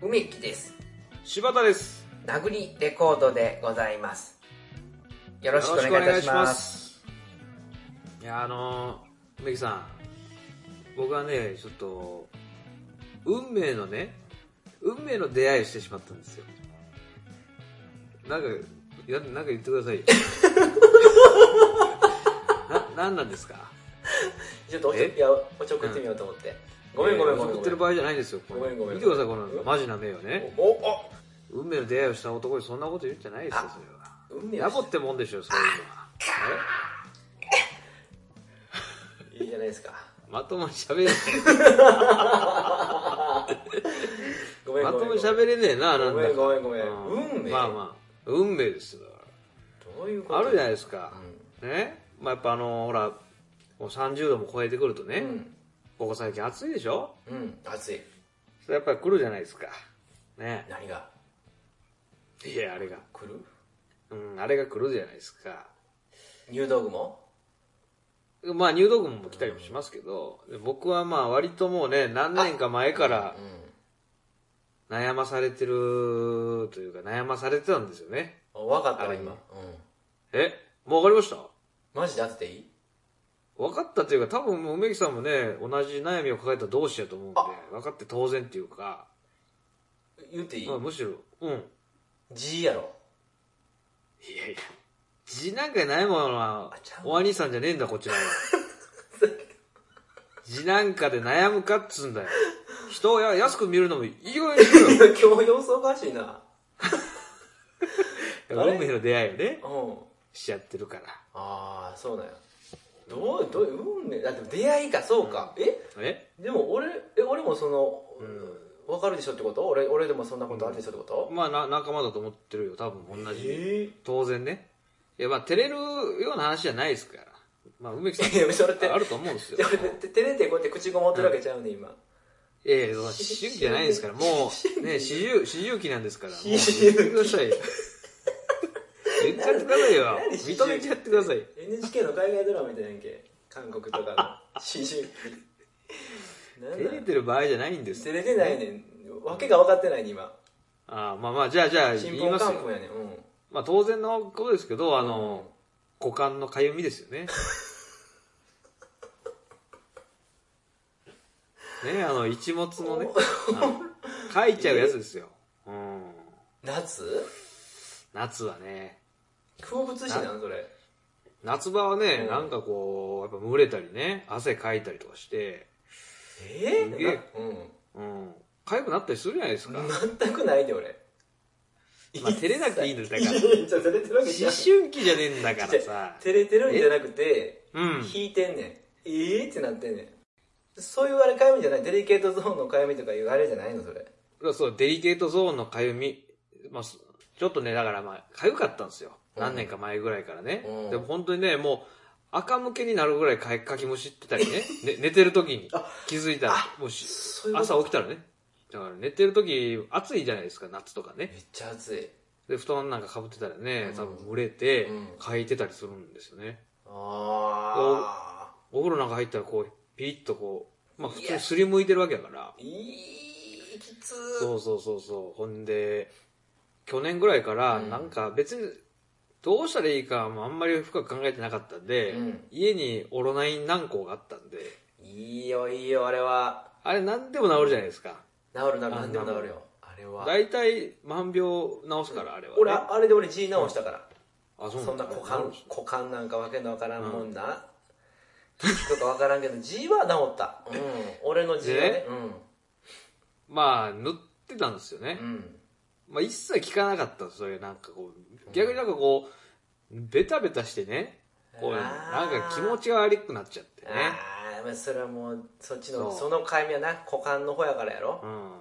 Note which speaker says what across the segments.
Speaker 1: 梅木です
Speaker 2: 柴田です
Speaker 1: 殴りレコードでございますよろしくお願いいたします
Speaker 2: いやあのー、梅木さん僕はねちょっと運命のね運命の出会いをしてしまったんですよなんかいやなんか言ってください よななんなんですか
Speaker 1: ちょっとおちょ
Speaker 2: え
Speaker 1: いやおちょくってみようと思ってごめんごめんごめん
Speaker 2: 送ってる
Speaker 1: ご
Speaker 2: 場合じゃないんですよこれ
Speaker 1: ごめんごめん
Speaker 2: 見てくださいこのマジな目を
Speaker 1: め
Speaker 2: ね
Speaker 1: んおお
Speaker 2: 運命の出会いをした男にそんなこと言ってないですよそれは
Speaker 1: 運命
Speaker 2: 野
Speaker 1: の
Speaker 2: 暮ってもんでしょそういうのはえ
Speaker 1: いいじゃないですか
Speaker 2: まともに喋れね
Speaker 1: ごめん
Speaker 2: えま
Speaker 1: ごめんご
Speaker 2: とも
Speaker 1: め
Speaker 2: に
Speaker 1: ん
Speaker 2: 喋れねえなあな
Speaker 1: ご
Speaker 2: ん
Speaker 1: め
Speaker 2: だ
Speaker 1: んごめんごめん
Speaker 2: うん
Speaker 1: 運命
Speaker 2: まあまあ運命ですよ
Speaker 1: どういうこと
Speaker 2: あるじゃない
Speaker 1: い
Speaker 2: ですか、ねまあやっぱあのほらもう30度も超えてくるとね、
Speaker 1: うん
Speaker 2: ここ最近暑いでしょ
Speaker 1: うん熱い
Speaker 2: それやっぱり来るじゃないですかね
Speaker 1: 何が
Speaker 2: いやあれが
Speaker 1: 来る
Speaker 2: うんあれが来るじゃないですか
Speaker 1: 入道雲
Speaker 2: まあ入道雲も来たりもしますけど、で僕はまあ割ともうね何年か前から
Speaker 1: う
Speaker 2: 悩まされてるというか悩まされてたんですよね
Speaker 1: ん分かった
Speaker 2: あ
Speaker 1: わ
Speaker 2: れ
Speaker 1: 今
Speaker 2: 今
Speaker 1: うん
Speaker 2: えもう分かりました
Speaker 1: マジで当てていい
Speaker 2: 分かったというか多分もう梅木さんもね同じ悩みを抱えた同士やと思うんで分かって当然っていうか
Speaker 1: 言っていい
Speaker 2: まあむしろうん
Speaker 1: G やろ
Speaker 2: いやいや字なんかないものは
Speaker 1: あちゃう
Speaker 2: お兄さんじゃねえんだこ っちらは字なんかで悩むかっつうんだよ人をや安く見るのもいいようにしろ
Speaker 1: い
Speaker 2: よ
Speaker 1: や今日様子おかしいな あれ
Speaker 2: 運命の出会いをね
Speaker 1: うん
Speaker 2: しちゃってるから
Speaker 1: ああそうなんやどうどう運命あでも出会いかそうか、え
Speaker 2: え
Speaker 1: でも俺え俺もその、わかるでしょってこと俺俺でもそんなことあるでしょってこと、
Speaker 2: まあな仲間だと思ってるよ多分同じ、
Speaker 1: え
Speaker 2: 当然ねいやまあ照れるような話じゃないですからまあ梅木さん
Speaker 1: いやそれって
Speaker 2: あると思うん ですよ
Speaker 1: いや俺て照れてこうやって口ごもってるわけちゃうね今
Speaker 2: いやいや、そんな思春期じゃないですから、もう、ね、四十、四十期なんですから、もう、言ってくださいよ。言っちゃってくださいよ
Speaker 1: 何。思
Speaker 2: 認
Speaker 1: 春
Speaker 2: め
Speaker 1: 期
Speaker 2: ちゃってくださいよ。
Speaker 1: NHK の海外ドラマみたいなんやんけ韓国とかの40なん
Speaker 2: 照
Speaker 1: な
Speaker 2: れ
Speaker 1: ん
Speaker 2: てる場合じゃないんです
Speaker 1: 照。れてないねんわけが分かってないね今
Speaker 2: ああ、まあまあ、じゃあじゃあ、言
Speaker 1: 新
Speaker 2: い
Speaker 1: 婚
Speaker 2: ます
Speaker 1: 韓国
Speaker 2: よ。
Speaker 1: やねんうん
Speaker 2: まあ当然のことですけど、あの、股間のかゆみですよ ね。ね、あの、一物のね、あの書いちゃうやつですよ。うん。
Speaker 1: 夏
Speaker 2: 夏はね、
Speaker 1: 風物詩なんそれ
Speaker 2: 夏場はね、
Speaker 1: うん
Speaker 2: なんかこう、やっぱ蒸れたりね、汗かいたりとかして、
Speaker 1: え
Speaker 2: すげえ
Speaker 1: う
Speaker 2: うん。かゆくなったりするじゃな いですか。ま
Speaker 1: ん、全くないで俺
Speaker 2: あ、照れなくていいんだよ。だから。思
Speaker 1: じゃ照れてるわけじゃん
Speaker 2: 春期じゃねえんだ からさ。
Speaker 1: 照れてるんじゃなくて
Speaker 2: うん。
Speaker 1: 引いてんねんえーってなってんねんそういうあれかゆみじゃないデリケートゾーンのかゆみとかいうあれじゃないのそれ
Speaker 2: そう、デリケートゾーンのかゆみ。まあ、そちょっとね、だからまあ、かゆかったんですよ。
Speaker 1: うん
Speaker 2: 何年か前ぐらいからね。
Speaker 1: うん
Speaker 2: でも本当にね、もう、赤向けになるぐらいかかきむしってたりね。ね寝てる時に気づいたら、もうし
Speaker 1: そういうこと
Speaker 2: 朝起きたらね。だから寝てる時暑いじゃないですか、夏とかね。
Speaker 1: めっちゃ熱い
Speaker 2: で布団なんかかぶってたらね、
Speaker 1: うん
Speaker 2: 多分蒸れて、
Speaker 1: うん
Speaker 2: かいてたりするんですよね
Speaker 1: あ
Speaker 2: お風呂なんか入ったらこうピリッとこうまあ普通にすりむいてるわけだから
Speaker 1: あいいきつ
Speaker 2: そうそうそうそうほんで去年ぐらいから
Speaker 1: うん
Speaker 2: なんか別にどうしたらいいかもあんまり深く考えてなかったんで、
Speaker 1: うん
Speaker 2: 家にオロナイン軟膏があったんで
Speaker 1: いいよいいよあれは
Speaker 2: あれ何でも治るじゃないですか
Speaker 1: 治るなる
Speaker 2: あ
Speaker 1: なんでも治るよあれは
Speaker 2: 大体万病治すからあれは、ね、
Speaker 1: 俺あれで俺 G 直したから
Speaker 2: あそ
Speaker 1: そんな
Speaker 2: だ
Speaker 1: 股間股間なんかわけのわからんもんな、聞くかわからんけど G は治った、うん、俺の G はね
Speaker 2: でまあ塗ってたんですよね、
Speaker 1: うん、うん、
Speaker 2: まあ、一切聞かなかったそういうなんかこう逆になんかこうベタベタしてねこう
Speaker 1: あー
Speaker 2: なんか気持ちが悪くなっちゃってね、
Speaker 1: ああまあそれはもうそっちの
Speaker 2: そ
Speaker 1: そ
Speaker 2: う
Speaker 1: のかゆみはな股間の方やからやろ、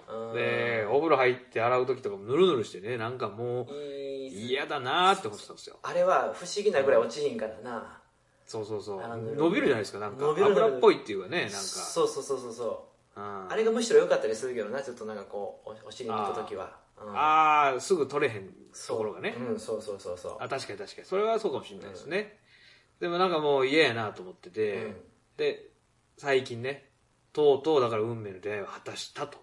Speaker 2: う
Speaker 1: うん
Speaker 2: ん、でお風呂入って洗う時とかもぬるぬるしてねなんかもう
Speaker 1: いい
Speaker 2: 嫌だなーって思ってたんですよ
Speaker 1: あれは不思議なぐらい落ちひんからな、
Speaker 2: そうそうそう
Speaker 1: あのぬるぬる
Speaker 2: 伸びるじゃないですかなんか
Speaker 1: 伸びる伸びる
Speaker 2: 油っぽいっていうかねなんか
Speaker 1: そうそうそうそうそう
Speaker 2: うん
Speaker 1: あれがむしろ良かったりするけどなちょっとなんかこうおお尻に行った時はうん
Speaker 2: あーすぐ取れへん
Speaker 1: そう
Speaker 2: ところがね
Speaker 1: うんそうそうそうそう
Speaker 2: あ確かに確かにそれはそうかもしれないですね、でもなんかもう嫌やなと思ってて、
Speaker 1: うん
Speaker 2: で最近ねとうとうだから運命の出会いを果たしたと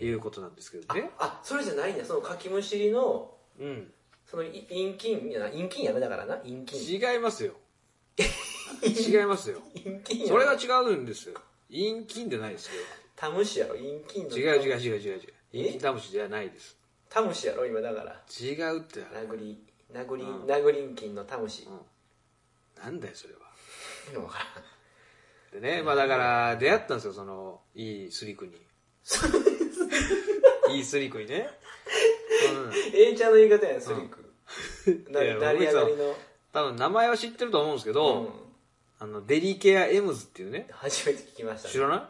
Speaker 2: いうことなんですけどね。
Speaker 1: あそれじゃないんだそのかきむしりの
Speaker 2: うん。
Speaker 1: そのい陰菌いやな陰菌やめだからな陰菌
Speaker 2: 違いますよ。違いますよ。
Speaker 1: 陰菌やめ
Speaker 2: それが違うんですよ。陰菌でないです
Speaker 1: タムシやろ陰菌の
Speaker 2: よ。違う違う違う違う違う。
Speaker 1: え
Speaker 2: 陰菌タムシじゃないです。
Speaker 1: タムシやろ今だから
Speaker 2: 違うって。
Speaker 1: 殴り殴り、
Speaker 2: うん
Speaker 1: 殴りん菌のタムシ、
Speaker 2: うん。なんだよ、それは。
Speaker 1: わからん
Speaker 2: でね、まあだから、出会ったんですよ、その、いいスリクに。いいスリクにね。うん。
Speaker 1: A ちゃんの言い方やんスリック、な
Speaker 2: いや
Speaker 1: 成り上がりの、
Speaker 2: 多分名前は知ってると思うんですけど、
Speaker 1: うん
Speaker 2: あの、デリケアエムズっていうね、
Speaker 1: 初めて聞きました、
Speaker 2: 知らない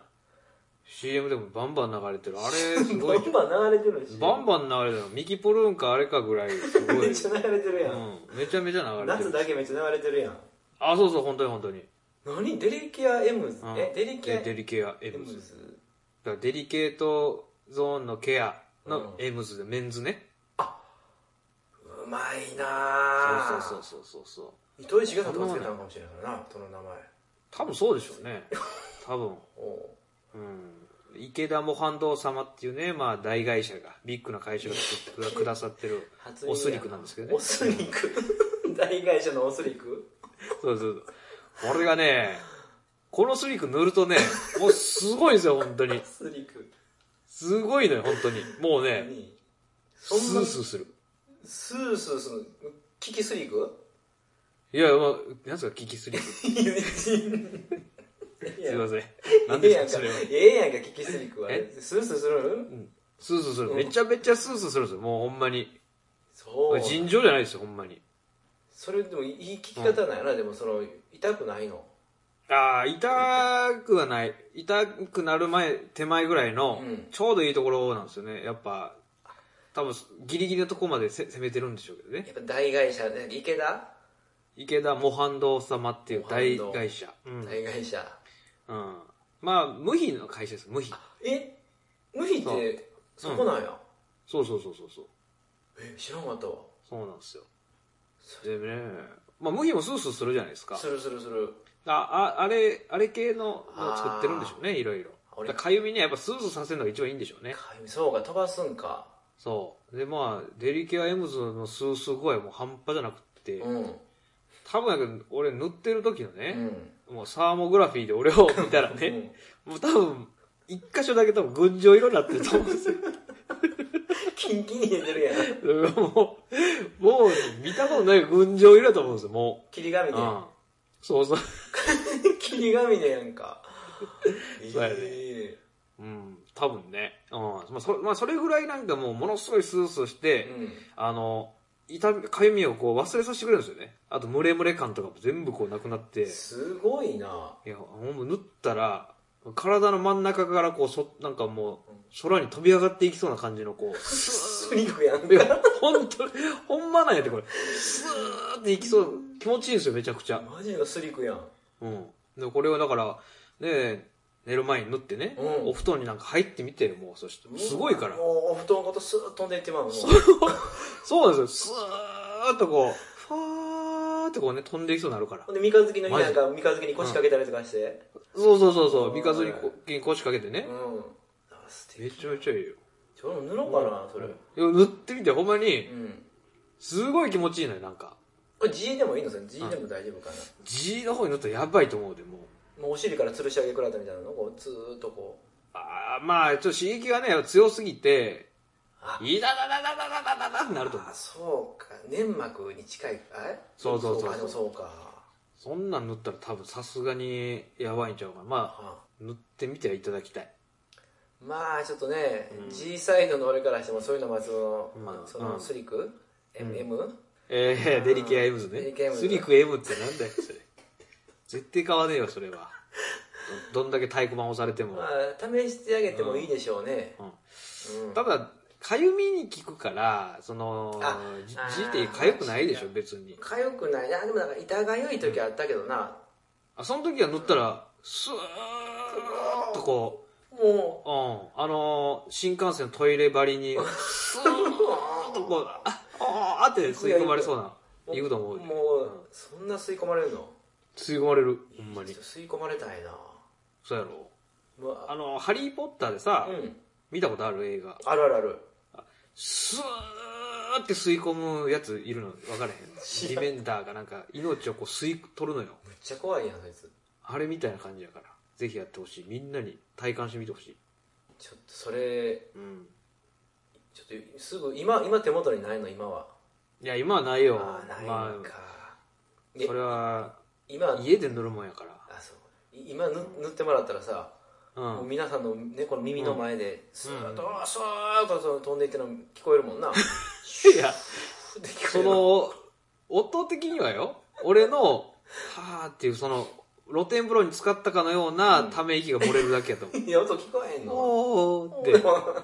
Speaker 2: ?CM でもバンバン流れてる。あ れ、すご
Speaker 1: バ
Speaker 2: い。
Speaker 1: ンバン流れてるし
Speaker 2: バンバン流れてる。ミキポルーンかあれかぐらい、すごい。
Speaker 1: めっちゃ流れてるやん、
Speaker 2: うん。めちゃめちゃ流れて
Speaker 1: 夏
Speaker 2: る。
Speaker 1: だけめっちゃ流れてるやん
Speaker 2: あ、そうそう、本当に本当に。
Speaker 1: 何デリケアエムズ、
Speaker 2: うん
Speaker 1: えデリケア
Speaker 2: でデ
Speaker 1: エ
Speaker 2: リケアエム
Speaker 1: ム
Speaker 2: ズ。
Speaker 1: ズ
Speaker 2: だからデリケートゾーンのケアの
Speaker 1: うん
Speaker 2: エムズで、メンズね。
Speaker 1: うまい
Speaker 2: そ
Speaker 1: な
Speaker 2: う
Speaker 1: ぁ
Speaker 2: そうそうそうそう。
Speaker 1: 糸井重里がつけたのかもしれないからなその名前
Speaker 2: 多分そうでしょうね。多分。
Speaker 1: おう
Speaker 2: うん。池田模範堂様っていうね、まあ大会社が、ビッグな会社が作ってくださってる
Speaker 1: 初
Speaker 2: オ
Speaker 1: 耳や
Speaker 2: ス肉なんですけど
Speaker 1: オ
Speaker 2: ね。
Speaker 1: ス肉 大会社のオス肉
Speaker 2: そうそうそう。これがね、このスリック塗るとね、もうすごいですよ、本当に
Speaker 1: オ。ス肉
Speaker 2: すごいのよ、本当に。もうね、
Speaker 1: 何
Speaker 2: ス
Speaker 1: そんな
Speaker 2: ース
Speaker 1: スー
Speaker 2: ーする。
Speaker 1: スースーするキキスリク
Speaker 2: いや、まあ、なんすか、キキスリック。す
Speaker 1: いやええ
Speaker 2: いません。なんです
Speaker 1: やん
Speaker 2: か、
Speaker 1: か
Speaker 2: それは。
Speaker 1: ええやんかキキスリクは
Speaker 2: え
Speaker 1: スースーする
Speaker 2: うんスースーする。めちゃめちゃスースーするんですよ、もうほんまに。
Speaker 1: そう
Speaker 2: 尋常じゃないですよ、ほんまに。
Speaker 1: それでもいい聞き方なんやなでもその痛くないの
Speaker 2: ああ、痛くはない。痛くなる前、手前ぐらいの
Speaker 1: うん、
Speaker 2: ちょうどいいところなんですよね。やっぱ、多分、ギリギリのとこまでせ攻めてるんでしょうけどね
Speaker 1: や。っぱ大会社ね池田
Speaker 2: 池田模範堂様っていう大
Speaker 1: 模範堂
Speaker 2: 会社。うん。
Speaker 1: 大会社
Speaker 2: うん。まあ、無比の会社です、無比。
Speaker 1: え無比ってそこなんや
Speaker 2: そうそうそうそうそう。
Speaker 1: え知らんかったわ
Speaker 2: そうなんですよ。でね、まあ、無比もスースーするじゃないですか
Speaker 1: す。るするする
Speaker 2: あ、ああれ、あれ系ののを作ってるんでしょうね、いろいろ。
Speaker 1: 俺
Speaker 2: だからかゆみにはやっぱスースーさせるのが一番いいんでしょうね。
Speaker 1: かゆみそうか飛ばすんか
Speaker 2: そう。で、まあ、デリケアエムズのスースー具合も半端じゃなくって、
Speaker 1: うん
Speaker 2: 多分やけど、俺塗ってる時の
Speaker 1: う
Speaker 2: ね、
Speaker 1: ん
Speaker 2: もうサーモグラフィーで俺を見たら
Speaker 1: う
Speaker 2: ね、
Speaker 1: ん
Speaker 2: もう多分、一箇所だけ多分群青色になってると思うんですよ。
Speaker 1: キンキンに出てるや ん
Speaker 2: もう、もう見たことない群青色だと思うんですよ、も
Speaker 1: 霧ヶ
Speaker 2: う。
Speaker 1: 峰
Speaker 2: うん。そうそう。
Speaker 1: 霧ヶ峰やんか
Speaker 2: そうやね
Speaker 1: え
Speaker 2: うん、多分ね。うん。まあそ、まあ、それぐらいなんかもう、ものすごいスースーし
Speaker 1: え
Speaker 2: て、
Speaker 1: うん
Speaker 2: あの、痛み、かゆみをこう忘れさせてくれるんですよね。あと、ムレムレ感とかも全部こうなくなって。
Speaker 1: すごいない
Speaker 2: や、ほんま塗ったら、体の真ん中からこう、そ、なんかもう、空に飛び上がっていきそうな感じのこう、
Speaker 1: スリクやん
Speaker 2: い
Speaker 1: か
Speaker 2: や、ほんと、ほんまなんやってこれ。スーっていきそう、気持ちいいんですよ、めちゃくちゃ。
Speaker 1: マジのスリクやん
Speaker 2: うん。で、これをだから、ね、寝る前に塗ってね、
Speaker 1: うん
Speaker 2: お布団になんか入ってみてよ、もう、そして。すごいから。
Speaker 1: もうお布団ごとスーッと飛んでいってまうもん
Speaker 2: そうなんですよ、スーっとこう、ファーってこうね、飛んでいきそうになるから
Speaker 1: ほ。んで三日月の日なんか三日月に腰掛けたりとかして
Speaker 2: そうそうそうそうう、
Speaker 1: ん
Speaker 2: 三日月にこに腰掛けてね。
Speaker 1: うんあ素敵
Speaker 2: めちゃめちゃいいよ。
Speaker 1: ちょっと塗ろうかなそれ
Speaker 2: いや塗ってみて、ほんまに、
Speaker 1: うん
Speaker 2: すごい気持ちいいのよ、なんか。
Speaker 1: これ G でもいいのそれ G でも大丈夫かな
Speaker 2: G の方に乗ったらやばいと思うで、もう。
Speaker 1: もうお尻から吊るし上げ食らったみたいなのこうずーっとこう
Speaker 2: あーまあ、ちょっと刺激がね、強すぎて、
Speaker 1: あ
Speaker 2: いだだだだだだだだだってなると思う
Speaker 1: あ。そうか粘膜に近いあれ
Speaker 2: そうそうそう
Speaker 1: かでもそうか
Speaker 2: そんなん塗ったら多分さすがにやばいんちゃうかな。まあ、
Speaker 1: あ
Speaker 2: 塗ってみてはいただきたい。
Speaker 1: まあちょっとね、
Speaker 2: うん
Speaker 1: G サイドの俺からしてもそういうのはその,、
Speaker 2: まあ
Speaker 1: そうの
Speaker 2: ん
Speaker 1: スリク、
Speaker 2: うん
Speaker 1: MM
Speaker 2: えー、デリケア M ズね。
Speaker 1: デリケア M
Speaker 2: スリク M ってなんだよ、それ。絶対買わねえよ、それは。どどんだけ太鼓判押されても
Speaker 1: ま。あ試してあげてもいいでしょうね、
Speaker 2: うん
Speaker 1: うん
Speaker 2: ただ、かゆみに効くから、その
Speaker 1: あ、
Speaker 2: じ
Speaker 1: あー
Speaker 2: G ってかゆくないでしょ、
Speaker 1: まあ
Speaker 2: 別に。
Speaker 1: かゆくないなでもなんか痛がゆい時あったけどな、
Speaker 2: あ、その時は塗ったら、スーッとこう、
Speaker 1: も
Speaker 2: うん。あのー新幹線のトイレ張り に、スーッとこう、あ、あーって吸い込まれそうな。
Speaker 1: う
Speaker 2: 行くと思う。
Speaker 1: もう、
Speaker 2: うん
Speaker 1: そんな吸い込まれるの
Speaker 2: 吸い込まれる。ほんま
Speaker 1: ちょ
Speaker 2: に
Speaker 1: っと。吸い込まれたいな
Speaker 2: そうやろ。
Speaker 1: まあ
Speaker 2: あの、ハリーポッターでさ
Speaker 1: う、ん
Speaker 2: 見たことある映画
Speaker 1: あるあるある
Speaker 2: スーって吸い込むやついるの分からへんディメンダーがなんか命をこう吸い取るのよ
Speaker 1: めっちゃ怖いやんそいつ
Speaker 2: あれみたいな感じやからぜひやってほしいみんなに体感してみてほしい
Speaker 1: ちょっとそれ
Speaker 2: うん
Speaker 1: ちょっとすぐ今今手元にないの今はい
Speaker 2: や今はないよ
Speaker 1: あないのか、
Speaker 2: あ、それは
Speaker 1: 今あ
Speaker 2: 家で乗るもんやから
Speaker 1: そうい今ぬ塗ってもらったらさ、
Speaker 2: う
Speaker 1: もうん皆さんの猫の耳の前でスーッと、スーッとその飛んでいってるの聞こえる もんな
Speaker 2: いや
Speaker 1: で聞こえ
Speaker 2: そ
Speaker 1: る
Speaker 2: の音的にはよ俺の「はあ」っていうその露天風呂に使ったかのようなため息が漏れるだけやと思う
Speaker 1: いや音聞こえへんの
Speaker 2: お ーって、
Speaker 1: で
Speaker 2: うん、
Speaker 1: も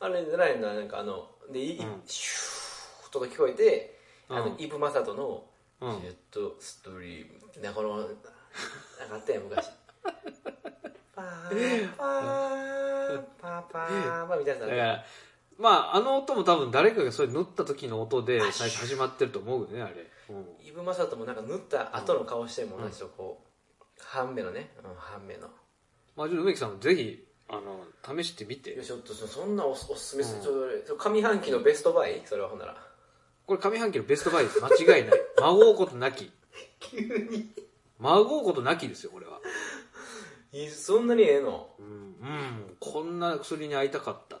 Speaker 1: あれじゃないんだなんかあので、い
Speaker 2: うん
Speaker 1: シューッとか聞こえて、あ
Speaker 2: う
Speaker 1: の
Speaker 2: ん
Speaker 1: イブ・マサトの
Speaker 2: う
Speaker 1: ジェ
Speaker 2: ん、
Speaker 1: ットストリームってなこのなんかあったやん昔パーパーパーパーパーみたいなやつ
Speaker 2: だか
Speaker 1: あ
Speaker 2: らまああの音も多分誰かがそれ塗った時の音で最初始まってると思うよねあれ、うん
Speaker 1: るイブ・マサトもなんか塗った後の顔してるもんな人こう半目のね、うん、半目の
Speaker 2: まあちょっと梅木さんもぜひあの試してみて
Speaker 1: よしょっとそそんなおおすすめす
Speaker 2: う
Speaker 1: る
Speaker 2: ん
Speaker 1: ちょっと俺上半期のベストバイそれはほんなら
Speaker 2: これ上半期のベストバイです間違いない まごうことなき
Speaker 1: 急に
Speaker 2: まごうことなきですよこれは
Speaker 1: そんなにええの
Speaker 2: うん、うん、こんな薬に会いたかった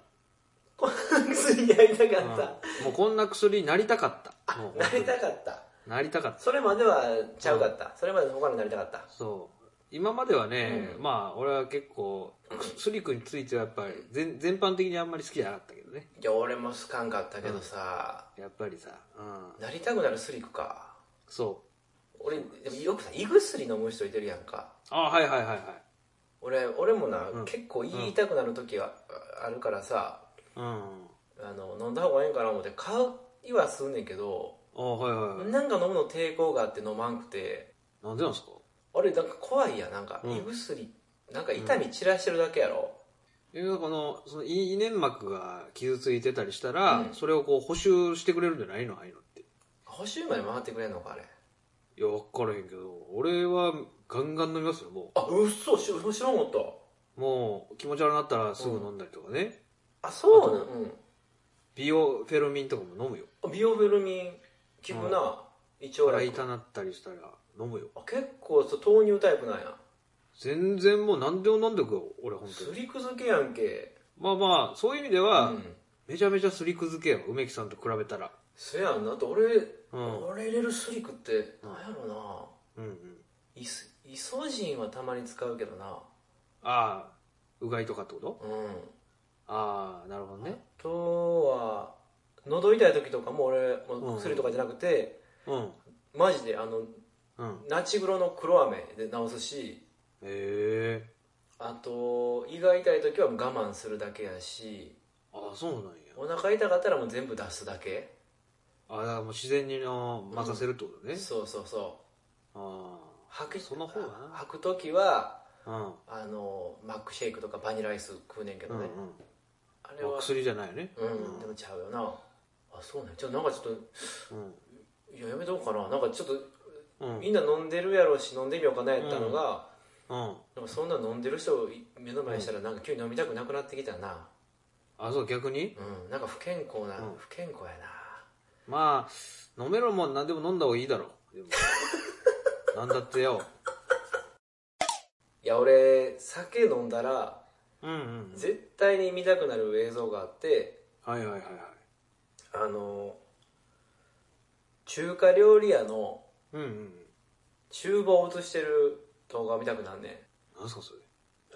Speaker 1: こんな薬にやりたかった、
Speaker 2: うんもうこんな薬になりたかったもう
Speaker 1: なりたかった
Speaker 2: なりたかった
Speaker 1: それまではちゃうかった、それまで他のなりたかった
Speaker 2: そう今まではね、
Speaker 1: うん
Speaker 2: まあ俺は結構薬君についてはやっぱり全全般的にあんまり好きじゃなかったけどね
Speaker 1: いや俺も好かんかったけどさ、
Speaker 2: やっぱりさ、うん、
Speaker 1: なりたくなるスリックか
Speaker 2: そう
Speaker 1: 俺でもよくさ胃薬飲む人いてるやんか
Speaker 2: あはいはいはいはい
Speaker 1: 俺俺もな、
Speaker 2: うん
Speaker 1: 結構言いたくなる時がああるからさ
Speaker 2: うん
Speaker 1: あの飲んだ方がええんかな思って買ういはすんねんけど、
Speaker 2: あはいはいはい
Speaker 1: なんか飲むの抵抗があって飲まんくて
Speaker 2: なんでなんですか
Speaker 1: 俺なんか怖いやんなんか、
Speaker 2: うん
Speaker 1: 胃薬なんか痛み散らしてるだけやろ、
Speaker 2: えこのその胃胃粘膜が傷ついてたりしたら、
Speaker 1: うん
Speaker 2: それをこう補修してくれるんじゃないのああいうのって
Speaker 1: 補修まで回ってくれんのかあれ
Speaker 2: いや分からへんけど俺はガンガン飲みますよも
Speaker 1: あうっそ知知らんかった
Speaker 2: うもう気持ち悪くなったらすぐ飲んだりとかね、
Speaker 1: あそうなのうん
Speaker 2: ビオフェロミンとかも飲むよ
Speaker 1: あビオベルミン効くな、胃腸
Speaker 2: 腹
Speaker 1: 薬
Speaker 2: 痛なったりしたら飲むよ
Speaker 1: あ結構そう豆乳タイプなんや
Speaker 2: 全然もう何でも飲んでくよ俺本当
Speaker 1: す
Speaker 2: に
Speaker 1: りくずけやんけ
Speaker 2: まあまあそういう意味では、
Speaker 1: うん
Speaker 2: めちゃめちゃすりくずけよ梅木さんと比べたら
Speaker 1: せやんなあと俺、
Speaker 2: うん
Speaker 1: 俺入れるスリクって
Speaker 2: うん
Speaker 1: なんやろな
Speaker 2: うんうん
Speaker 1: イスイソジンはたまに使うけどな
Speaker 2: ああうがいとかってこと
Speaker 1: うん
Speaker 2: ああなるほどね
Speaker 1: あとは喉痛い時とかも俺も
Speaker 2: うん
Speaker 1: う薬とかじゃなくて、
Speaker 2: うん
Speaker 1: マジであの
Speaker 2: うん
Speaker 1: ナチグロの黒飴で治すし
Speaker 2: へえ
Speaker 1: あと胃が痛い時はもう我慢するだけやし
Speaker 2: ああそうなんや
Speaker 1: お腹痛かったらもう全部出すだけ、
Speaker 2: ああだからもう自然にの任せるってことね、
Speaker 1: そうそうそう
Speaker 2: あ
Speaker 1: 吐き
Speaker 2: その方がな
Speaker 1: 吐く時は
Speaker 2: あ
Speaker 1: あのマックシェイクとかバニラアイス食うねんけ
Speaker 2: う
Speaker 1: ど
Speaker 2: んうん
Speaker 1: ね、
Speaker 2: うん
Speaker 1: あれ
Speaker 2: まあ
Speaker 1: は
Speaker 2: 薬じゃないよね
Speaker 1: うん、でもちゃうよなあそうねちょっとなんかちょっ
Speaker 2: うん
Speaker 1: といややめとこうかななんかちょっと
Speaker 2: うん
Speaker 1: みんな飲んでるやろうし飲んでみようかなやったのが、
Speaker 2: うん
Speaker 1: なんかそんな飲んでる人を目の前にしたらなんか急に飲みたくなくなってきたな
Speaker 2: あそう逆に
Speaker 1: うんなんか不健康な、
Speaker 2: うん
Speaker 1: 不健康やな
Speaker 2: まあ、飲めるもん何でも飲んだ方がいいだろう。でもなんだってよ。
Speaker 1: いや俺酒飲んだら
Speaker 2: うんうん。
Speaker 1: 絶対に見たくなる映像があって
Speaker 2: はいはいはいはい。
Speaker 1: あの中華料理屋の
Speaker 2: うんうん。
Speaker 1: 厨房を映してる動画を見たくなんねん
Speaker 2: 何すかそれ。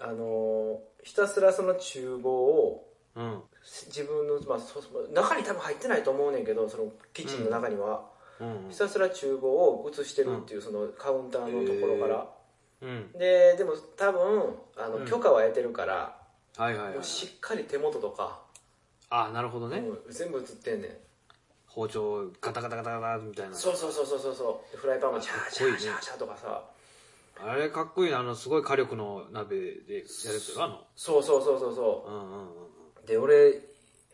Speaker 1: あのひたすらその厨房を
Speaker 2: うん。
Speaker 1: 自分の、まあ、そそ中に多分入ってないと思うねんけどそのキッチンの中には、
Speaker 2: うん
Speaker 1: ひたすら厨房を映してるっていうそのカウンターのところから、
Speaker 2: うん。うん。
Speaker 1: ででも多分あの、
Speaker 2: うん
Speaker 1: 許可は得てるから、
Speaker 2: はいはいはい
Speaker 1: もう。しっかり手元とか、
Speaker 2: あなるほどね。
Speaker 1: もう全部映ってんねん
Speaker 2: 包丁ガタガタガタガタみたいな。
Speaker 1: そうそうそうそうそうそうでフライパンもシャーシャ
Speaker 2: かっこいいね
Speaker 1: ーシャーシャーとかさ
Speaker 2: あれかっこいいな。あの、すごい火力の鍋でやるってあの。
Speaker 1: そうそうそうそうそ
Speaker 2: うんうんうん
Speaker 1: うで俺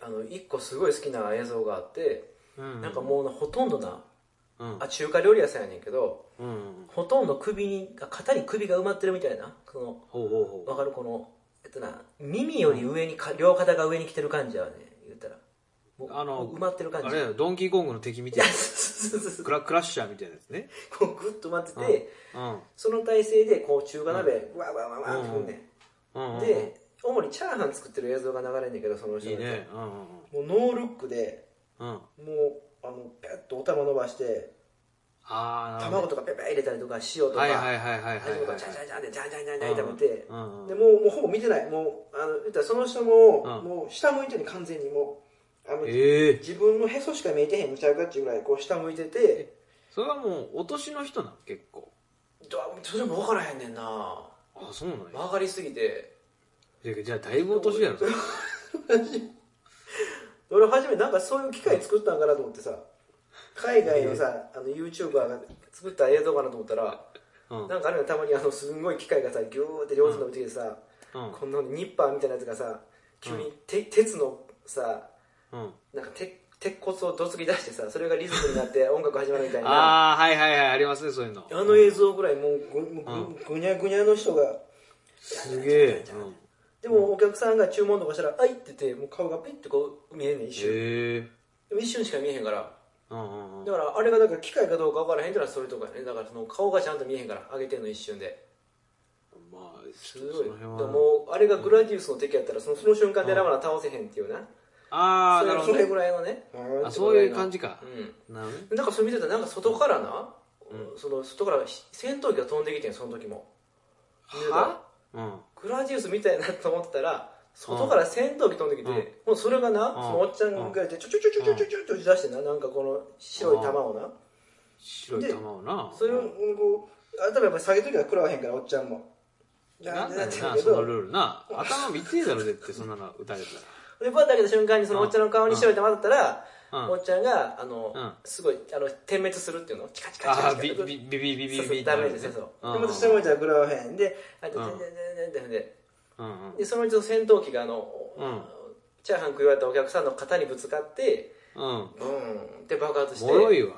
Speaker 1: あの一個すごい好きな映像があって、
Speaker 2: うん。うん。
Speaker 1: なんかもうなほとんどな
Speaker 2: うん。
Speaker 1: あ中華料理屋さんやねんけど
Speaker 2: うんうん。
Speaker 1: ほとんど首にあ肩に首が埋まってるみたいなその
Speaker 2: ほうほうほ
Speaker 1: わかるこのえっとな耳より上にか両肩が上に来てる感じやわね言ったらもう
Speaker 2: あの
Speaker 1: もう埋まってる感じ
Speaker 2: あれだよドンキーコングの敵みたいな
Speaker 1: そうそうそう
Speaker 2: クラクラッシャーみたいなやつね
Speaker 1: こうグッと待ってて、
Speaker 2: うん
Speaker 1: その体勢でこう中華鍋、わわわわってくんね
Speaker 2: うんうん
Speaker 1: ん、
Speaker 2: うん
Speaker 1: で主にチャーハン作ってる映像が流れるんだけどその人
Speaker 2: いい
Speaker 1: のや
Speaker 2: ねうんうん
Speaker 1: つもうノールックで
Speaker 2: うんうん
Speaker 1: もうあのペッとお玉伸ばして
Speaker 2: ああなる
Speaker 1: 卵
Speaker 2: ほ
Speaker 1: とかペペ入れたりとか塩と
Speaker 2: ど
Speaker 1: か、
Speaker 2: はいはいはいはいはいはい
Speaker 1: 味と
Speaker 2: は
Speaker 1: か
Speaker 2: い
Speaker 1: ジャンジャンジャンでジャンジャンジャンジャン炒めて、
Speaker 2: うんうん
Speaker 1: でもうもうほぼ見てないもうあの言ったらその人も、
Speaker 2: うん
Speaker 1: もう下向いてる完全にもうあの、
Speaker 2: ええ
Speaker 1: 自分のへそしか見えてへんむちゃうかっていうぐらいこう下向いてて
Speaker 2: それはもうお年の人なの結構
Speaker 1: どそれも分からへんねんな
Speaker 2: あそうなんや
Speaker 1: 曲がりすぎて
Speaker 2: いやじゃあだいぶお年やろそれ
Speaker 1: 俺初めなんかそういう機械作ったんかなと思ってさ海外のさ、あの YouTuber が作った映像かなと思ったら、
Speaker 2: うん
Speaker 1: なんかあれたまにあのすんごい機械がさギューって両手伸びてきてさ、
Speaker 2: うん
Speaker 1: このニッパーみたいなやつがさ急にて、鉄のさ
Speaker 2: うん
Speaker 1: なんか鉄鉄骨をどつき出してさそれがリズムにな って音楽始まるみたいなあ
Speaker 2: ああはいはいはいありますねそういうの
Speaker 1: の映像ぐらいもうぐもうぐぐにゃぐにゃの人が
Speaker 2: すげえうん
Speaker 1: でもお客さんが注文とかしたら「あい!」って言ってもう顔がピッてこう見えんねん一瞬、
Speaker 2: へえ
Speaker 1: でも一瞬しか見えへんから
Speaker 2: うんうんうん
Speaker 1: だからあれがだから機械かどうか分からへんってのはそういうとこやねだからその顔がちゃんと見えへんから上げてんの一瞬で
Speaker 2: まあ
Speaker 1: す
Speaker 2: ちょっと
Speaker 1: ご
Speaker 2: そ
Speaker 1: い
Speaker 2: の
Speaker 1: だか
Speaker 2: 辺
Speaker 1: ら
Speaker 2: は
Speaker 1: もうあれがグラディウスの敵やったらそのその瞬間でラマラ倒せへんっていうな
Speaker 2: ああ
Speaker 1: それ
Speaker 2: なるほ
Speaker 1: そ
Speaker 2: ど
Speaker 1: れ
Speaker 2: ね
Speaker 1: ぐらいのね
Speaker 2: あそういう感じか
Speaker 1: う
Speaker 2: なるほどね
Speaker 1: んだからそれ見てたらなんか外からな、その外からし戦闘機が飛んできてんその時も見てたら
Speaker 2: はうん
Speaker 1: グラディウスみたいなと思ってたら外から戦闘機飛んできて、
Speaker 2: うん
Speaker 1: もうそれがな、
Speaker 2: ん
Speaker 1: そのおっちゃんがやってちょちょちょちょちょちょちょって打ち出してななんかこの白い玉をな、
Speaker 2: 白い球をな
Speaker 1: それをこう頭やっぱり下げときは食らわへんからおっちゃんも
Speaker 2: なんだ
Speaker 1: な
Speaker 2: よ
Speaker 1: んて
Speaker 2: な
Speaker 1: るけ
Speaker 2: その
Speaker 1: ど
Speaker 2: ルールな頭見てえだろ絶対そんなの打たれ
Speaker 1: でバッと開けた瞬間にそのおっちゃんの顔に白い玉だったら、
Speaker 2: たらうん
Speaker 1: お
Speaker 2: あ
Speaker 1: っちゃんがあの、
Speaker 2: うん
Speaker 1: すごいあの点滅するっていうのチカチカチカ
Speaker 2: あ
Speaker 1: チ
Speaker 2: ビ
Speaker 1: カ
Speaker 2: ビビビビ
Speaker 1: そ
Speaker 2: ビ
Speaker 1: うそう
Speaker 2: ビ
Speaker 1: ダメージそうそうで
Speaker 2: うん
Speaker 1: また下向いたら食らわへんであ
Speaker 2: うん
Speaker 1: ででで
Speaker 2: うんうん
Speaker 1: でそのうちの戦闘機があの、
Speaker 2: うん
Speaker 1: チャーハン食い終わったお客さんの肩にぶつかって
Speaker 2: うん
Speaker 1: ブーンって爆発して
Speaker 2: もろいわ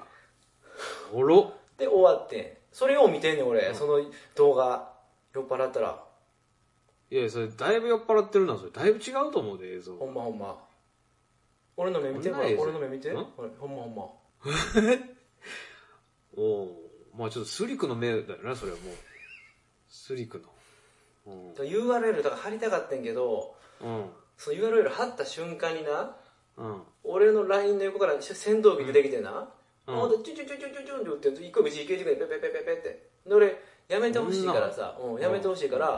Speaker 2: もろ
Speaker 1: で終わってんそれを見てんねん俺、その動画酔っ払ったら
Speaker 2: いやそれだいぶ酔っ払ってるなそれだいぶ違うと思うで映像
Speaker 1: ほんまほんま俺の目見て
Speaker 2: こん
Speaker 1: ほ
Speaker 2: な
Speaker 1: ら
Speaker 2: 映像
Speaker 1: 俺の目見て
Speaker 2: ん
Speaker 1: ほらほんまほんま
Speaker 2: おおまあちょっとスリクの目だよなそれはもうスリクの
Speaker 1: だから URL とか貼りたかったんけど
Speaker 2: うんうん
Speaker 1: その URL 貼った瞬間にな
Speaker 2: うん
Speaker 1: 俺の LINE の横から戦闘機出てきてな、
Speaker 2: う
Speaker 1: うんん、ほんでチュチュチュチュチュチュンって打って一個一時休時間でペペペペペってで俺やめてほしいからさ、うん、やめてほしいから、
Speaker 2: うん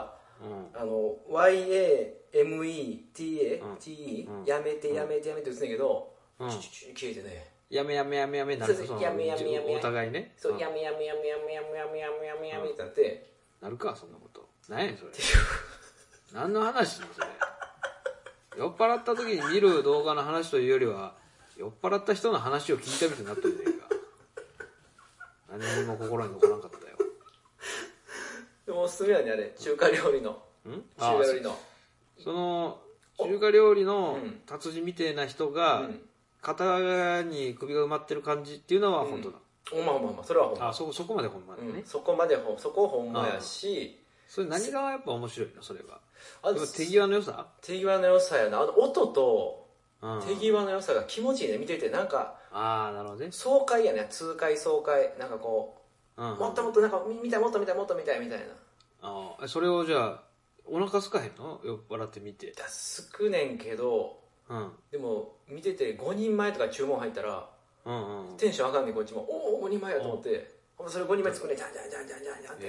Speaker 1: あの YAMETATE、
Speaker 2: うん
Speaker 1: TE
Speaker 2: うん
Speaker 1: やめてやめてやめて打つねんやけど、
Speaker 2: うん
Speaker 1: チュチュチュ消えてね
Speaker 2: やめやめやめやめなる
Speaker 1: そうそ
Speaker 2: そうの
Speaker 1: やめやめやめ
Speaker 2: お互いね
Speaker 1: そう、
Speaker 2: ん
Speaker 1: やめやめやめやめやめやめやめやめやめってなって、
Speaker 2: なるかそんなこと何やねんそれ何の話なのそれ酔っ払った時に見る動画の話というよりは酔っ払った人の話を聞いたみたいになってるじゃねえか何にも心に残らんかったよ
Speaker 1: でもおすすめはねあれ中華料理の
Speaker 2: ん
Speaker 1: 中華料理の
Speaker 2: その中華料理の
Speaker 1: うん
Speaker 2: 達人みてえな人が、
Speaker 1: うん
Speaker 2: 肩に首が埋まってる感じっていうのは本当だ、
Speaker 1: ほんまほんまほんまそれはほんま
Speaker 2: あそこそこまでほんまだね、
Speaker 1: うんそこまでほんそこほんまやし
Speaker 2: それ何がやっぱ面白いのそれが
Speaker 1: あ
Speaker 2: やっぱ手際の良さ、
Speaker 1: 手際の良さやなあの音と
Speaker 2: うん、
Speaker 1: 手際の良さが気持ちいいね見ててなんか
Speaker 2: ああなるほどね、
Speaker 1: 爽快やね痛快爽快なんかこ
Speaker 2: うん
Speaker 1: うもっともっとなんかみ見たいもっと見たいもっと見たいみたいな
Speaker 2: ああそれをじゃあお腹空かへんの酔っ払ってみて
Speaker 1: だすくねんけど
Speaker 2: うんうん
Speaker 1: でも見てて5人前とか注文入ったら
Speaker 2: うんうん
Speaker 1: テンション上がんねんこっちもおお5人前やと思ってそれ5人前作んねんじゃんじゃんじゃんじゃんじゃんじゃんって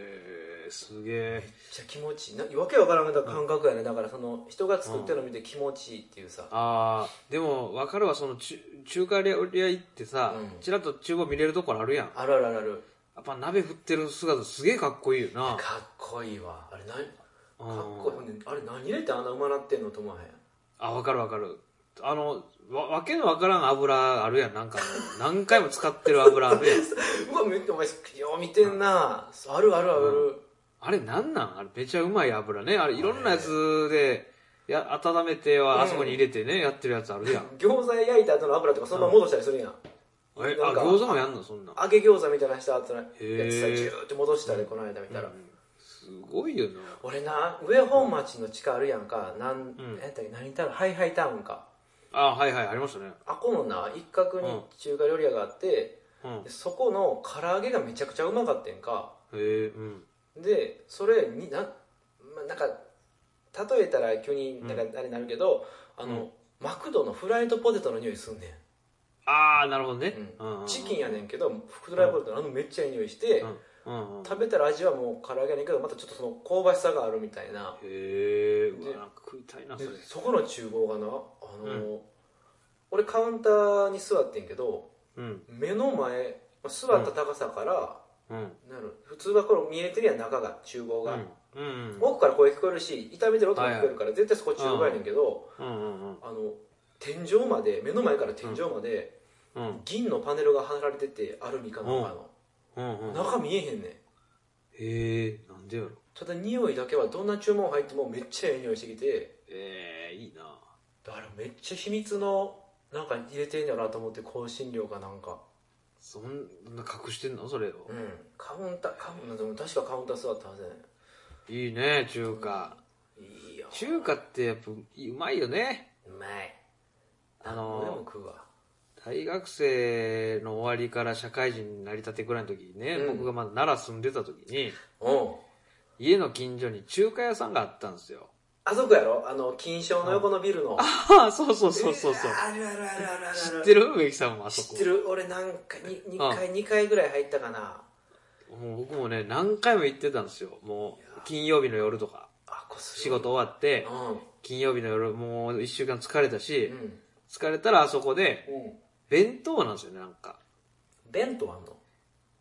Speaker 2: えー、すげえ
Speaker 1: めっちゃ気持ちいいなわけわからんかった感覚やねだからその人が作ってるの見て気持ちいいっていうさ
Speaker 2: ああでも分かるわその中中華料理屋行ってさ、
Speaker 1: うん
Speaker 2: ちらっと厨房見れるところあるやんや
Speaker 1: あるあるあるある
Speaker 2: っぱ鍋振ってる姿すげえかっこいいよな
Speaker 1: かっこいいわあれ何
Speaker 2: うん
Speaker 1: かっこいいほんであれ何入れてあんな馬なってんのと思わへん
Speaker 2: あ分かる分かるあのわわけの分からん油あるやんなんかあの何回も使ってる油あるやん
Speaker 1: うわめっちゃお前よう見てんな、あるあるある、
Speaker 2: あれなんなんあれめちゃうまい油ねあれいろんなやつでや温めてはあそこに入れてね、やってるやつあるやん
Speaker 1: 餃子焼いた後の油とかそのまま戻したりするやん、
Speaker 2: えあ
Speaker 1: なんか
Speaker 2: 餃子もやんのそんなん
Speaker 1: 揚げ餃子みたいなのした後のやつさ
Speaker 2: へー
Speaker 1: ジューって戻したでこの間見たら、
Speaker 2: すすごいよな
Speaker 1: 俺な上本町の地下あるやんかなん、
Speaker 2: うん
Speaker 1: 何やったっけ何タウンハイハイタウンか
Speaker 2: あはいはいありましたね
Speaker 1: あこのな一角
Speaker 2: うん
Speaker 1: に中華料理屋があって、
Speaker 2: うんへ
Speaker 1: でそこの唐揚げがめちゃくちゃうまかってんか
Speaker 2: えうん
Speaker 1: でそれにな,、まあ、なんか例えたら急になんかあれになるけど、あの、
Speaker 2: うん
Speaker 1: マクドのフライドポテトの匂いすんねん
Speaker 2: ああなるほどね、
Speaker 1: う
Speaker 2: うんうんうん
Speaker 1: チキンやねんけどフライドポテトのあのめっちゃいい匂いして、
Speaker 2: うんうんうんへ
Speaker 1: 食べたら味はもう唐揚げやねんけどまたちょっとその香ばしさがあるみたいな
Speaker 2: えうわ
Speaker 1: で
Speaker 2: なんか食いたいな
Speaker 1: で
Speaker 2: それ
Speaker 1: そこの厨房がなあの、
Speaker 2: う
Speaker 1: 俺カウンターに座ってんけど
Speaker 2: うん
Speaker 1: 目の前まあ座った高さから、
Speaker 2: うん
Speaker 1: なんやろ普通はこれ見えてるやん中が厨房
Speaker 2: う
Speaker 1: が、
Speaker 2: んうんうん
Speaker 1: 奥から声聞こえるし炒めてる音も聞こえるから、絶対そこ厨房やねんけど、
Speaker 2: うんうん
Speaker 1: あの天井まで目の前から天井まで、
Speaker 2: うん
Speaker 1: 銀のパネルが貼られててアルミかなんかの、
Speaker 2: うんうん
Speaker 1: 中見えへんねん
Speaker 2: へえなんでやろ
Speaker 1: ただ匂いだけはどんな注文入ってもめっちゃええ匂いしてきて
Speaker 2: ええいいな
Speaker 1: だからめっちゃ秘密のなんか入れてんやろなと思って香辛料かなんか
Speaker 2: そんな隠してんのそれを
Speaker 1: うんカウンターカウンでも確かカウンター座ったはずやね
Speaker 2: いいね中華
Speaker 1: んいいよ
Speaker 2: 中華ってやっぱうまいよね
Speaker 1: うまい
Speaker 2: あ
Speaker 1: 俺も
Speaker 2: の
Speaker 1: 食うわ
Speaker 2: 大学生の終わりから社会人になりたてぐらいの時にね、
Speaker 1: うん
Speaker 2: 僕がまだ奈良住んでた時に
Speaker 1: うん
Speaker 2: 家の近所に中華屋さんがあったんですよ
Speaker 1: あそこやろあの金賞の横のビルの
Speaker 2: ああ そうそうそうそうそう
Speaker 1: えーあるあるあるあるあ
Speaker 2: 知
Speaker 1: る
Speaker 2: ってる植木さんもあそこ
Speaker 1: 知ってる俺なんかに二回二回ぐらい入ったかな
Speaker 2: もう僕もね何回も行ってたんですよもう金曜日の夜とか
Speaker 1: あこする
Speaker 2: 仕事終わって
Speaker 1: うん
Speaker 2: 金曜日の夜もう一週間疲れたし
Speaker 1: うん
Speaker 2: 疲れたらあそこで
Speaker 1: うん
Speaker 2: 弁当なんですよねなんか
Speaker 1: 弁当あんの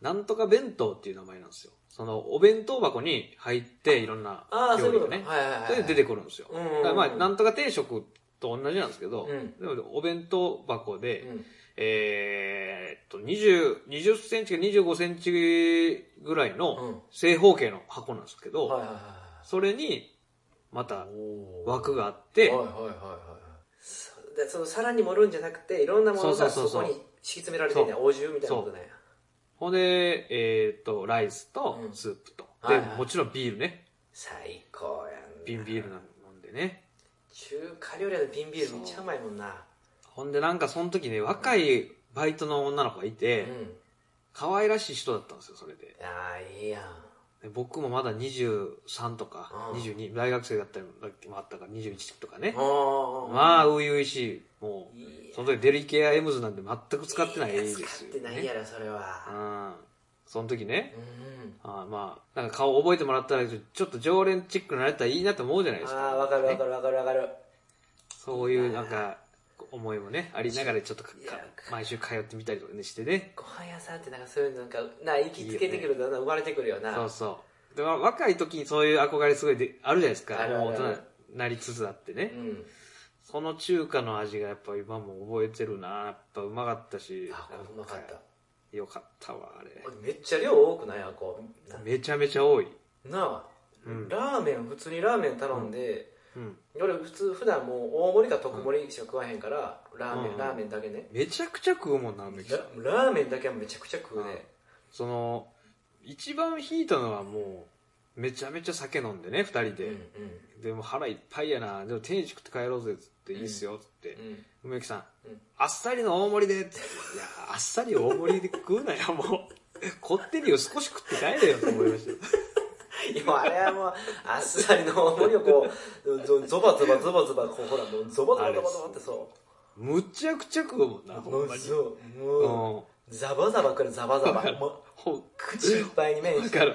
Speaker 2: なんとか弁当っていう名前なんですよそのお弁当箱に入っていろんな
Speaker 1: ああそう
Speaker 2: 料
Speaker 1: いうこ
Speaker 2: 理が
Speaker 1: とね
Speaker 2: ね
Speaker 1: はいはいはい
Speaker 2: それで出てくるんですよ
Speaker 1: うんうんうん
Speaker 2: だからまあなんとか定食と同じなんですけど
Speaker 1: うん
Speaker 2: でもお弁当箱で、
Speaker 1: うん
Speaker 2: えーっと、20、20センチか25センチぐらい
Speaker 1: うん
Speaker 2: の正方形の箱なんですけど、
Speaker 1: はいはいはい
Speaker 2: それに、また枠
Speaker 1: が
Speaker 2: があって、
Speaker 1: はいはいはいはいそでその皿に盛るんじゃなくていろんなもの
Speaker 2: そう
Speaker 1: がそ
Speaker 2: そ
Speaker 1: う
Speaker 2: そうそ
Speaker 1: こ
Speaker 2: う
Speaker 1: に敷き詰められてんねんお重みたいなことね
Speaker 2: ほんで、えーっと、ライスと
Speaker 1: うん
Speaker 2: スープと。
Speaker 1: はい
Speaker 2: で
Speaker 1: は、い
Speaker 2: もちろんビールね。
Speaker 1: 最高やんな
Speaker 2: 瓶ビールなんでね。
Speaker 1: 中華料理屋の瓶ビールめっちゃうまいもんな
Speaker 2: ほんでなんかその時ね、若いバイトの女の子がいうて、
Speaker 1: ん
Speaker 2: 可愛らしい人だったんですよ、それで。
Speaker 1: ああいいやん
Speaker 2: で僕もまだ23とか、
Speaker 1: うん
Speaker 2: 22、大学生だったりもあったから21とかね。
Speaker 1: おー
Speaker 2: まあ、初々しい。も、
Speaker 1: いいうや
Speaker 2: その時デリケアエムズなんて全く使ってないですよ、ね。
Speaker 1: 使ってないやろそれ
Speaker 2: う
Speaker 1: は
Speaker 2: ん。その時ね、
Speaker 1: うん
Speaker 2: あまあ、なんか顔覚えてもらったら、ちょっと常連チックになれたらいいなと思うじゃないですか。
Speaker 1: ああわかるわかるわかるわかる
Speaker 2: そういうなんか、思いもね、ありながらちょっとか
Speaker 1: いや
Speaker 2: か毎週通ってみたりとかねしてね。
Speaker 1: ご飯屋さんってなんかそういうのなんかな行きつけてくるとだんだん生まれてくるよな
Speaker 2: そうそう。でまあ若い時にそういう憧れすごいであるじゃないですか。
Speaker 1: あるある
Speaker 2: もう大人になりつつあってね。
Speaker 1: うん
Speaker 2: その中華の味がやっぱ今も覚えてるな。やっぱうまかったし。
Speaker 1: あこれうまかった。
Speaker 2: よかったわ、あれ。
Speaker 1: 俺めっちゃ量多くないあこうな
Speaker 2: めちゃめちゃ多い。
Speaker 1: なあ、
Speaker 2: うん
Speaker 1: ラーメン普通にラーメン頼んで、
Speaker 2: うん。
Speaker 1: 俺普通普段もう大盛りか特盛りしか食わへんから、ラーメン、
Speaker 2: うん
Speaker 1: ラーメンだけね、
Speaker 2: めちゃくちゃ食うもんな、めきさん。
Speaker 1: ララーメンだけはめちゃくちゃ食うね、
Speaker 2: その、一番引いたのはもう、めちゃめちゃ酒飲んでね、二人
Speaker 1: うんうん
Speaker 2: で。でも腹いっぱいやな。でも天一食って帰ろうぜ、つって、いいっすよ、つって
Speaker 1: う。ん
Speaker 2: 梅木さん
Speaker 1: うん、
Speaker 2: あっさりの大盛りで、つって。いや、あっさり大盛りで食うなよ、もう。こってりを少し食って帰れよ、と思いましたよ。
Speaker 1: 今あれはもうあっさりの大盛りをこうゾゾバゾバゾバゾバこうほらもうゾバゾバゾバゾバってそ
Speaker 2: むちゃくちゃ食うもんな、
Speaker 1: う
Speaker 2: ほんまに。
Speaker 1: そう
Speaker 2: う。
Speaker 1: もうんザバザバくるザバザ バもう
Speaker 2: ほん
Speaker 1: 口いっぱいに面
Speaker 2: だ
Speaker 1: して
Speaker 2: から、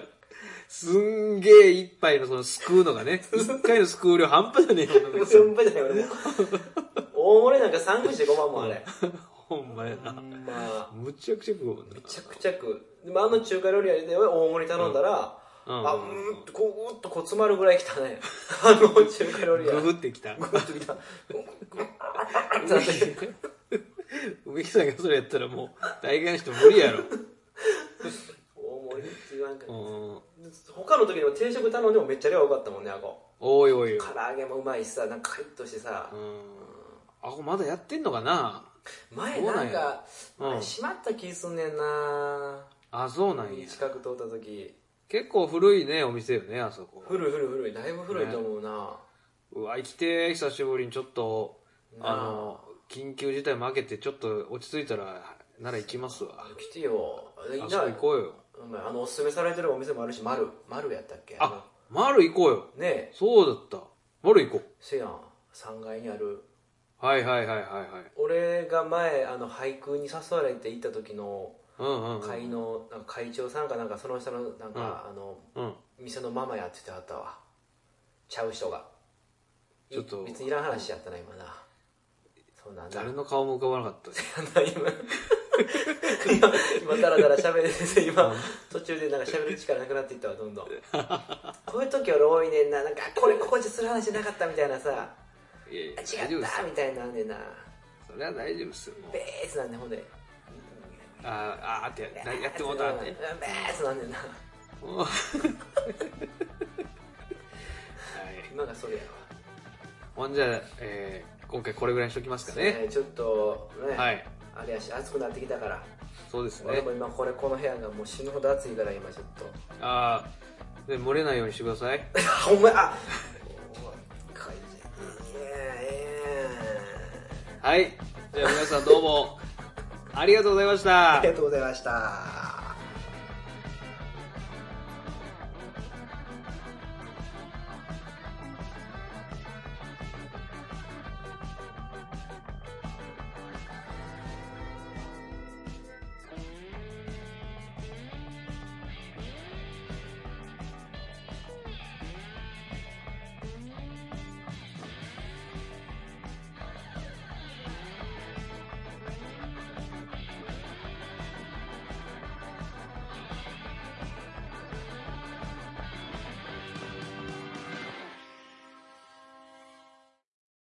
Speaker 2: すんげえ一杯のそのすくうのがね、一回のすくう量半端じゃねえよ、梅木さん
Speaker 1: 全部じゃない俺 ね大盛りなんか3分して5万もんあれ
Speaker 2: ほんまやな。
Speaker 1: まあ
Speaker 2: むちゃくちゃ食うもんな
Speaker 1: め。ちゃくちゃ食うでもあの中華料理屋で大盛り頼んだら、
Speaker 2: うん
Speaker 1: あうーんとこううーっとこう詰まるぐらい 来たねあの中華料理屋
Speaker 2: ググってきた。
Speaker 1: グッと来たあってなって
Speaker 2: 植木さんがそれやったらもう、大概の人無理やろ。
Speaker 1: 大盛りって言わんか
Speaker 2: うん。
Speaker 1: 他の時にも定食頼んでもめっちゃ量多かったもんねあこ
Speaker 2: おいおい。うん。
Speaker 1: 唐揚げもうまいしさなんかカリッとしてさ
Speaker 2: あ、これまだやってんのかな
Speaker 1: 前
Speaker 2: そうな
Speaker 1: なんん
Speaker 2: や
Speaker 1: か
Speaker 2: うん
Speaker 1: 閉まった気すんねんな
Speaker 2: あ、そうなんや。
Speaker 1: 近く通った時
Speaker 2: 結構古いね、お店よね、あそこ。
Speaker 1: 古い古い古いだいぶ古いと思うな、
Speaker 2: うわ、行きてー、久しぶりにちょっと、
Speaker 1: な
Speaker 2: あの、緊急事態も明けて、ちょっと落ち着いたら、なら行きますわ。
Speaker 1: 来てよ
Speaker 2: あ
Speaker 1: いいん
Speaker 2: そこ
Speaker 1: じゃない
Speaker 2: 行こうよ。
Speaker 1: お前あのおすすめされてるお店もあるし丸丸やったっけ
Speaker 2: あ、丸行こうよ。
Speaker 1: ねえ
Speaker 2: そうだった。丸行こ
Speaker 1: せやん3階にある
Speaker 2: う。はいはいはいはいはい。
Speaker 1: 俺が前あの俳句に誘われて行った時の
Speaker 2: うんうん、うん。
Speaker 1: 会のなんか会長さんかなんかその人のなんか、あの
Speaker 2: うん。
Speaker 1: 店のママやっててあったわちゃう人がい
Speaker 2: ちょっと
Speaker 1: 別にいらん話やったな今なそうなんだ
Speaker 2: 誰の顔も浮かばなかったです。
Speaker 1: 今今今ダラダラ喋れて今途中でなんか喋る力なくなっていったわどんどんこういう時俺多いねんななんかこれここじゃする話じゃなかったみたいなさ
Speaker 2: いやいや、
Speaker 1: 違
Speaker 2: 大丈夫
Speaker 1: っ
Speaker 2: です
Speaker 1: た
Speaker 2: よ。
Speaker 1: みたいなんでな
Speaker 2: それは大丈夫ですよ。もう
Speaker 1: ベースなんでほんで
Speaker 2: あーあーってややってもうたっ
Speaker 1: ベ
Speaker 2: て。
Speaker 1: ースなんでな
Speaker 2: もうはい。
Speaker 1: 今がそれやわ
Speaker 2: ほんじゃ、えー、今回これぐらいにしときますかね。
Speaker 1: ねちょっとね、
Speaker 2: はい。
Speaker 1: あれやし暑くなってきたから
Speaker 2: そうです
Speaker 1: 俺
Speaker 2: ね
Speaker 1: も。今これこの部屋がもう死ぬほど暑いから今ちょっと
Speaker 2: ああ、で漏れないようにしてください。
Speaker 1: あお前あおかいええ
Speaker 2: はい。じゃあ皆さんどうも、ありがとうございまし
Speaker 1: あ
Speaker 2: た
Speaker 1: り。がとうございました